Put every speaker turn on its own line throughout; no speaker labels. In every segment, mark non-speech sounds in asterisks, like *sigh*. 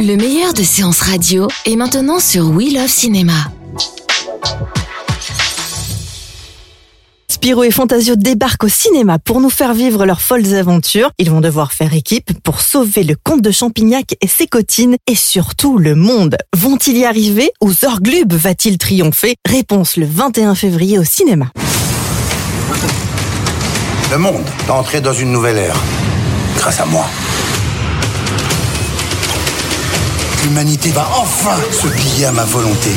Le meilleur de séances radio est maintenant sur We Love Cinéma.
Spirou et Fantasio débarquent au cinéma pour nous faire vivre leurs folles aventures. Ils vont devoir faire équipe pour sauver le comte de Champignac et ses cotines et surtout le monde. Vont-ils y arriver ou Zorglub va-t-il triompher Réponse le 21 février au cinéma.
Le monde est entré dans une nouvelle ère, grâce à moi. L'humanité va enfin se plier à ma volonté.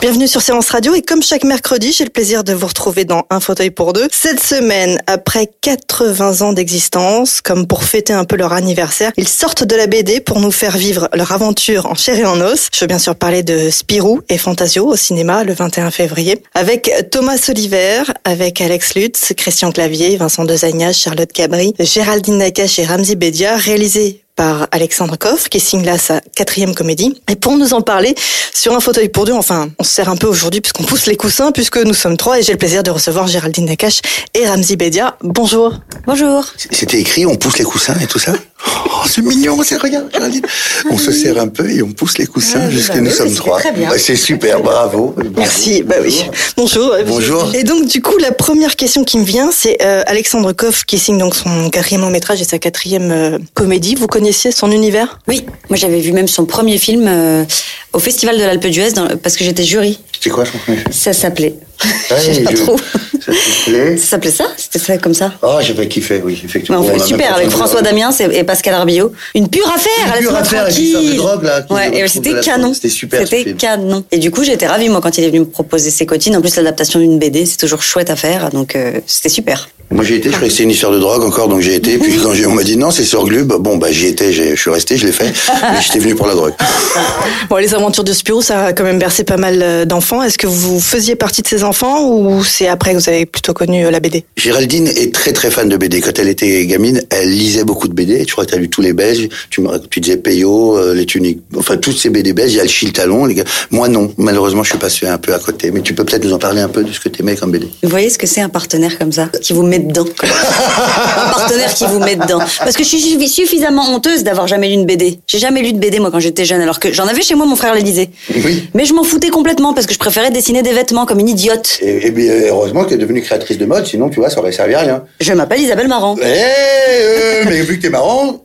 Bienvenue sur Séance Radio et comme chaque mercredi, j'ai le plaisir de vous retrouver dans Un fauteuil pour deux. Cette semaine, après 80 ans d'existence, comme pour fêter un peu leur anniversaire, ils sortent de la BD pour nous faire vivre leur aventure en chair et en os. Je veux bien sûr parler de Spirou et Fantasio au cinéma le 21 février avec Thomas Oliver, avec Alex Lutz, Christian Clavier, Vincent Dezagnage, Charlotte Cabri, Géraldine Nakache et Ramzi Bedia, réalisé par Alexandre Koff, qui signe là sa quatrième comédie. Et pour nous en parler, sur un fauteuil pour deux, enfin, on se sert un peu aujourd'hui puisqu'on pousse les coussins, puisque nous sommes trois et j'ai le plaisir de recevoir Géraldine Nakache et Ramzi Bedia. Bonjour. Bonjour.
C'était écrit, on pousse les coussins et tout ça Oh, c'est mignon, c'est regarde, Géraldine. On se serre un peu et on pousse les
Ah,
coussins jusqu'à nous sommes trois. Bah, C'est super, bravo.
Merci, bah oui. Bonjour.
Bonjour.
Et donc du coup, la première question qui me vient, c'est euh, Alexandre Koff qui signe donc son quatrième long métrage et sa quatrième euh, comédie. Vous connaissiez son univers
Oui, moi j'avais vu même son premier film euh, au Festival de l'Alpe d'Huez dans- parce que j'étais jury.
C'est quoi son premier
Ça s'appelait.
Ouais,
*laughs* je sais pas
je-
trop.
Ça s'appelait
Ça s'appelait ça C'était ça comme ça
Oh, j'avais kiffé, oui,
Mais
effectivement.
en fait,
On a même
bah, super,
pas
avec
fait
François
de-
Damiens et et Pascal Arbillot. Une pure
Une
affaire,
pure
laisse-moi
affaire avec
tranquille.
l'histoire de drogue, là, qui
ouais,
nous
et
retrouve de
c'était
la
canon.
drogue. C'était super, ce
C'était
film.
canon. Et du coup, j'étais ravie, moi, quand il est venu me proposer ses cotines. En plus, l'adaptation d'une BD, c'est toujours chouette à faire. Donc, euh, c'était super.
Moi j'ai été, je croyais que c'était une histoire de drogue encore, donc j'ai été. Puis quand j'ai- on m'a dit non, c'est sur Glub, bon bah j'y étais, j'ai- je suis resté, je l'ai fait, mais j'étais venu pour la drogue.
Bon, les aventures de Spirou, ça a quand même bercé pas mal euh, d'enfants. Est-ce que vous faisiez partie de ces enfants ou c'est après que vous avez plutôt connu euh, la BD
Géraldine est très très fan de BD. Quand elle était gamine, elle lisait beaucoup de BD. Tu crois que t'as lu tous les Belges. Tu, me racontes- tu disais Peyo, euh, les tuniques. Enfin, toutes ces BD belges. Il y a le Chil Talon, les gars. Moi non. Malheureusement, je suis passé un peu à côté. Mais tu peux peut-être nous en parler un peu de ce que t'aimais comme BD.
Vous voyez ce que c'est un partenaire comme ça, qui vous met dedans. quoi. un partenaire qui vous met dedans. Parce que je suis suffisamment honteuse d'avoir jamais lu une BD. J'ai jamais lu de BD moi quand j'étais jeune, alors que j'en avais chez moi, mon frère les lisait.
Oui.
Mais je m'en foutais complètement parce que je préférais dessiner des vêtements comme une idiote.
Et, et bien, euh, heureusement qu'elle est devenue créatrice de mode. Sinon, tu vois, ça aurait servi à rien.
Je m'appelle Isabelle Marant.
Eh, euh, mais vu que t'es marrant.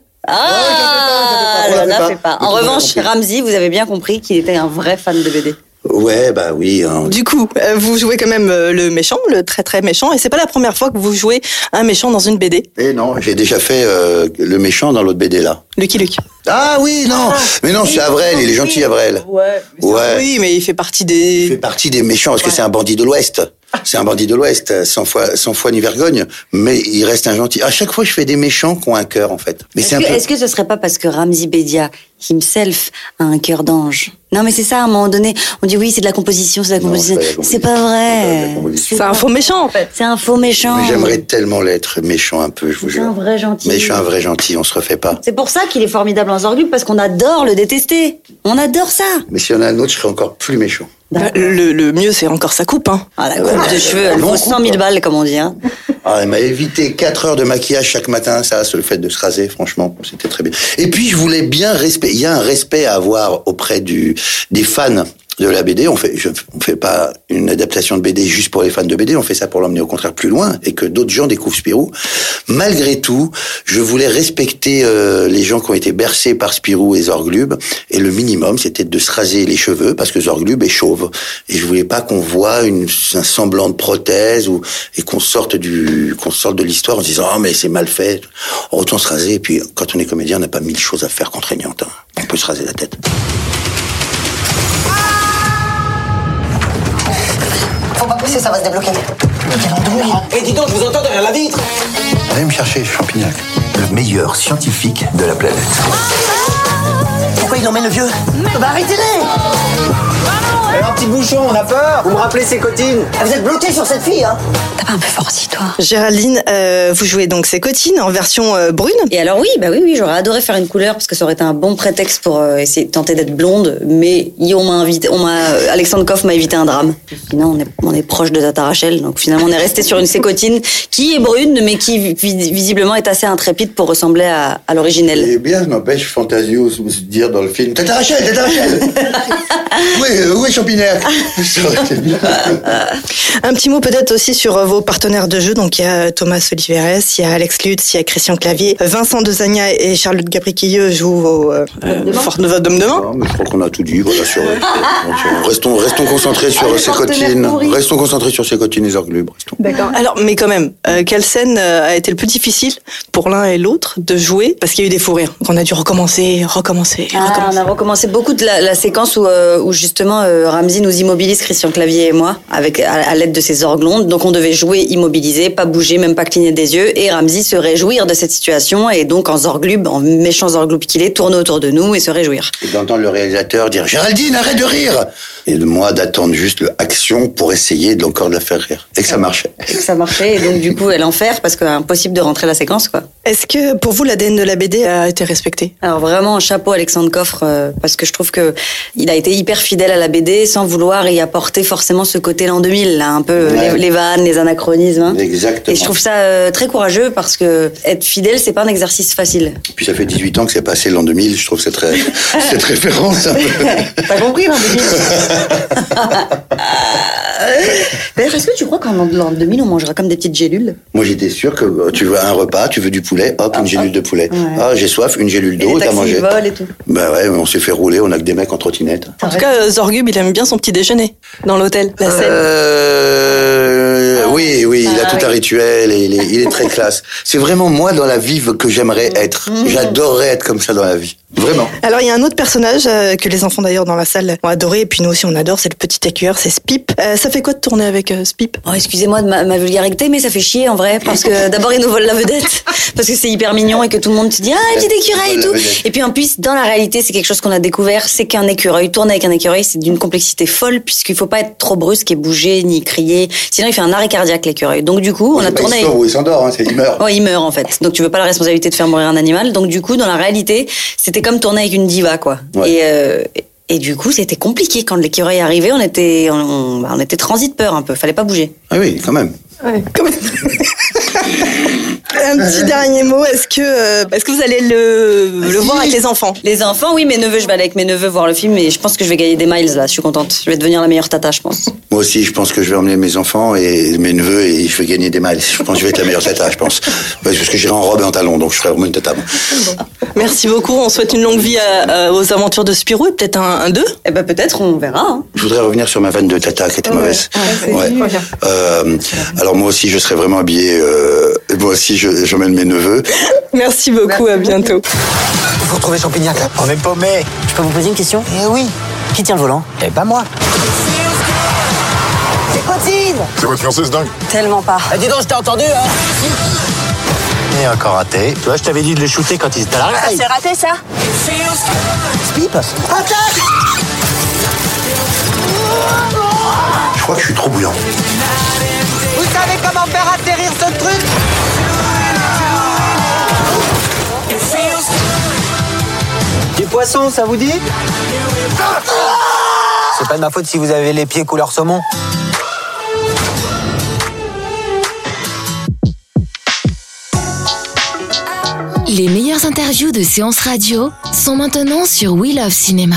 Ah,
Ouais, j'en fais pas, j'en fais pas, on la
là, là,
fait
fais
pas.
pas.
On
En
l'a
revanche,
compris.
Ramzi, vous avez bien compris qu'il était un vrai fan de BD.
Ouais, bah oui. hein.
Du coup, euh, vous jouez quand même euh, le méchant, le très très méchant, et c'est pas la première fois que vous jouez un méchant dans une BD,
Eh non, j'ai déjà fait euh, le méchant dans l'autre BD là.
Lucky Luke.
Ah oui, non. mais non, c'est Avrel. Il est gentil, Avrel.
Ouais.
Ouais.
Oui, mais il fait partie
Il fait
des.
partie des méchants parce que c'est un bandit de l'Ouest. C'est un bandit de l'Ouest, sans foi, sans foi ni vergogne, mais il reste un gentil. À chaque fois, je fais des méchants qui ont un cœur, en fait. Mais
Est-ce
c'est un
que,
peu.
est-ce que ce serait pas parce que Ramzi Bedia himself a un cœur d'ange Non, mais c'est ça, à un moment donné, on dit oui, c'est de la composition, c'est de la
Non, c'est
composition.
pas de la
C'est pas
composition. C'est pas de
vrai.
la composition.
C'est un faux méchant en fait.
C'est un faux méchant.
Mais J'aimerais tellement l'être méchant un peu, je vous
C'est
jure.
un vrai gentil.
Mais je suis un vrai gentil, on se refait pas.
C'est pour ça qu'il est formidable en Zorglub, parce qu'on adore le détester. On adore ça.
Mais s'il y en a un autre, je serais encore plus méchant.
Le, le mieux, c'est encore sa coupe, hein.
Ah, la coupe de cheveux, elle
Non,
vaut
coupe,
100 000
hein.
balles, comme on dit. Hein.
Ah, elle m'a évité 4 heures de maquillage chaque matin, ça, c'est le fait de se raser, franchement, c'était très bien. Et puis, je voulais bien respect. Il y a un respect à avoir auprès du, des fans de la BD. On fait, je, on fait pas une adaptation de BD juste pour les fans de BD. On fait ça pour l'emmener au contraire plus loin et que d'autres gens découvrent Spirou. Malgré tout, je voulais respecter euh, les gens qui ont été bercés par Spirou et Zorglub. Et le minimum, c'était de se raser les cheveux parce que Zorglub est chauve. Et je voulais pas qu'on voit une, un semblant de prothèse ou, et qu'on sorte du, qu'on sorte de l'histoire en se disant, ah, mais c'est mal fait. Autant se raser. Et puis, quand on est comédien, on n'a pas mille choses à faire contraignantes. hein. On peut se raser la tête.
Faut pas sais, ça va se débloquer.
Et dis donc, je vous entends derrière la vitre
Allez me chercher Champignac, le meilleur scientifique de la planète.
Pourquoi il emmène le vieux Bah arrêtez-les
Alors, petit bouchon, on a peur Vous me rappelez ses cotines
Ah, Vous êtes bloqués sur cette fille, hein
T'as pas un peu forci, toi
Géraldine, euh, vous jouez donc ces cotines en version euh, brune.
Et alors oui, bah oui, oui, j'aurais adoré faire une couleur parce que ça aurait été un bon prétexte pour euh, essayer de tenter d'être blonde, mais y- on m'a invité, on m'a, euh, Alexandre Koff m'a évité un drame. Non, on est, on est proche de Tata Rachel, donc finalement on est resté sur une sécotine qui est brune, mais qui vi- vi- visiblement est assez intrépide pour ressembler à, à l'originel.
Eh bien, je m'empêche Fantasio de se dire dans le film Tata Rachel, Tata Rachel Où est, où est Champignac Ça aurait été bien.
Un petit mot peut-être aussi sur euh, vos partenaires de jeu. Donc il y a euh, Thomas Oliveres, il y a Alex Lutz, il y a Christian Clavier, Vincent Dezagna et Charlotte Gabriquilleux jouent au euh, Fort Nova Dom de Mans.
Non, mais je crois qu'on a tout dit. Voilà, sur, sur- restons, restons concentrés sur ces
partenaires
cotines.
pourris.
Restons concentrés sur ces cotines et Zorglub. Restons.
D'accord. Alors, mais quand même, euh, quelle scène euh, a été le plus difficile pour l'un et l'autre de jouer parce qu'il y a eu des fous rires. Donc, On a dû recommencer, recommencer,
Ah, on
recommencer.
a recommencé beaucoup de la, la séquence où, euh, où justement euh, Ramsey nous immobilise, Christian Clavier et moi, avec à, à l'aide de ses orglondes. Donc on devait jouer immobilisé, pas bouger, même pas cligner des yeux. Et Ramsey se réjouir de cette situation et donc en zorglube, en méchant zorglube qu'il est, tourner autour de nous et se réjouir.
Et d'entendre le réalisateur dire Géraldine, arrête de rire Et de moi d'attendre juste le action pour essayer de encore de la faire rire. Et que ça marchait.
Et que ça marchait et donc du coup elle en fait parce que impossible de rentrer la séquence quoi.
Est-ce que pour vous l'ADN de la BD a été respecté
Alors vraiment un chapeau à Alexandre Coffre euh, parce que je trouve que il a été hyper fidèle à la BD sans vouloir y apporter forcément ce côté l'an 2000 là un peu euh,
Ouais.
les, les vannes, les anachronismes. hein.
Exactement.
Et je trouve ça euh, très courageux parce que être fidèle, c'est pas un exercice facile.
Puis ça fait 18 ans que c'est passé l'an 2000. Je trouve cette, ré- cette référence un
*laughs*
peu.
*laughs* T'as compris, hein, l'an 2000 *laughs* D'ailleurs, est-ce que tu crois qu'en l'an 2000, on mangera comme des petites gélules
Moi, j'étais sûr que euh, tu veux un repas, tu veux du poulet, hop, une gélule de poulet. Ah, j'ai soif, une gélule
Et les
d'eau, t'as
taxis
mangé.
volent et tout.
Ben ouais, mais on s'est fait rouler, on a que des mecs en trottinette.
En tout cas, euh, Zorgub, il aime bien son petit déjeuner dans l'hôtel, la scène.
Euh, oui, oui, il a
Ah,
tout un
oui.
rituel et il est, il est très classe. C'est vraiment moi dans la vie que j'aimerais être.
Mm.
J'adorerais être comme ça dans la vie. Vraiment.
Alors, il y a un autre personnage euh, que les enfants d'ailleurs dans la salle ont adoré, et puis nous aussi on adore, c'est le petit écueur, c'est Spip. Euh, ça fait quoi de tourner avec euh, *laughs* Spip
Oh, excusez-moi de ma, ma vulgarité, mais ça fait chier en vrai,
*laughs*
parce que d'abord ils nous volent la vedette, parce que c'est hyper mignon et que tout le monde se dit ah petit écureuil et
Ils volent
tout.
la vedette.
Et puis en plus, dans la réalité, c'est quelque chose qu'on a découvert, c'est qu'un écureuil tourner avec un écureuil, c'est d'une complexité folle, puisqu'il faut pas être trop brusque et bouger ni crier, sinon il fait un arrêt cardiaque l'écureuil. Donc du coup, on a
Bah,
tourné.
Il
avec-
sort ou il s'endort, hein, c'est- il meurt.
Ouais, Oh, il meurt en fait. Donc tu veux pas la responsabilité de faire mourir un animal. Donc du coup, dans la réalité, c'était comme tourner avec une diva, quoi.
Ouais.
Et, euh, et du coup, c'était compliqué quand l'écureuil est arrivé. On était, on, bah, on était transit peur un peu. Fallait pas bouger.
Ah oui, quand même.
Un *laughs* petit dernier mot, est-ce que, euh, est-ce que vous allez le, le voir avec les enfants
Les enfants, oui, mes neveux, je vais aller avec mes neveux voir le film. Et je pense que je vais gagner des miles là. Je suis contente. Je vais devenir la meilleure tata, je pense.
Moi aussi, je pense que je vais emmener mes enfants et mes neveux et je vais gagner des mâles. Je pense que je vais être la meilleure tata, je pense. Parce que j'irai en robe et en talon, donc je serai vraiment une tata. moi.
Merci beaucoup. On souhaite une longue vie à- à- aux aventures de Spirou et peut-être un, un deux.
Eh ben peut-être, on verra. hein.
Je voudrais revenir sur ma vanne de tata qui était mauvaise. Ouais. Euh, alors moi aussi, je serais vraiment habillé. euh, moi aussi, je- j'emmène mes neveux.
Merci beaucoup. à bientôt.
Vous retrouvez Champignac, là
On est paumé.
Je peux vous poser une question
Eh oui Qui tient le volant
Eh pas moi.
C'est Cotine
C'est votre fiancé, c'est dingue.
Tellement pas.
Ah, dis donc, je t'ai entendu, hein
Et encore raté. Tu vois, je t'avais dit de le shooter quand il était à la
C'est raté ça
Spip Attaque
Je crois que je suis trop bouillant.
Vous savez comment faire atterrir ce truc
Du poisson, ça vous dit
Ah C'est pas de ma faute si vous avez les pieds couleur saumon.
Les meilleures interviews de séances radio sont maintenant sur We Love Cinéma.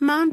Mom
Mom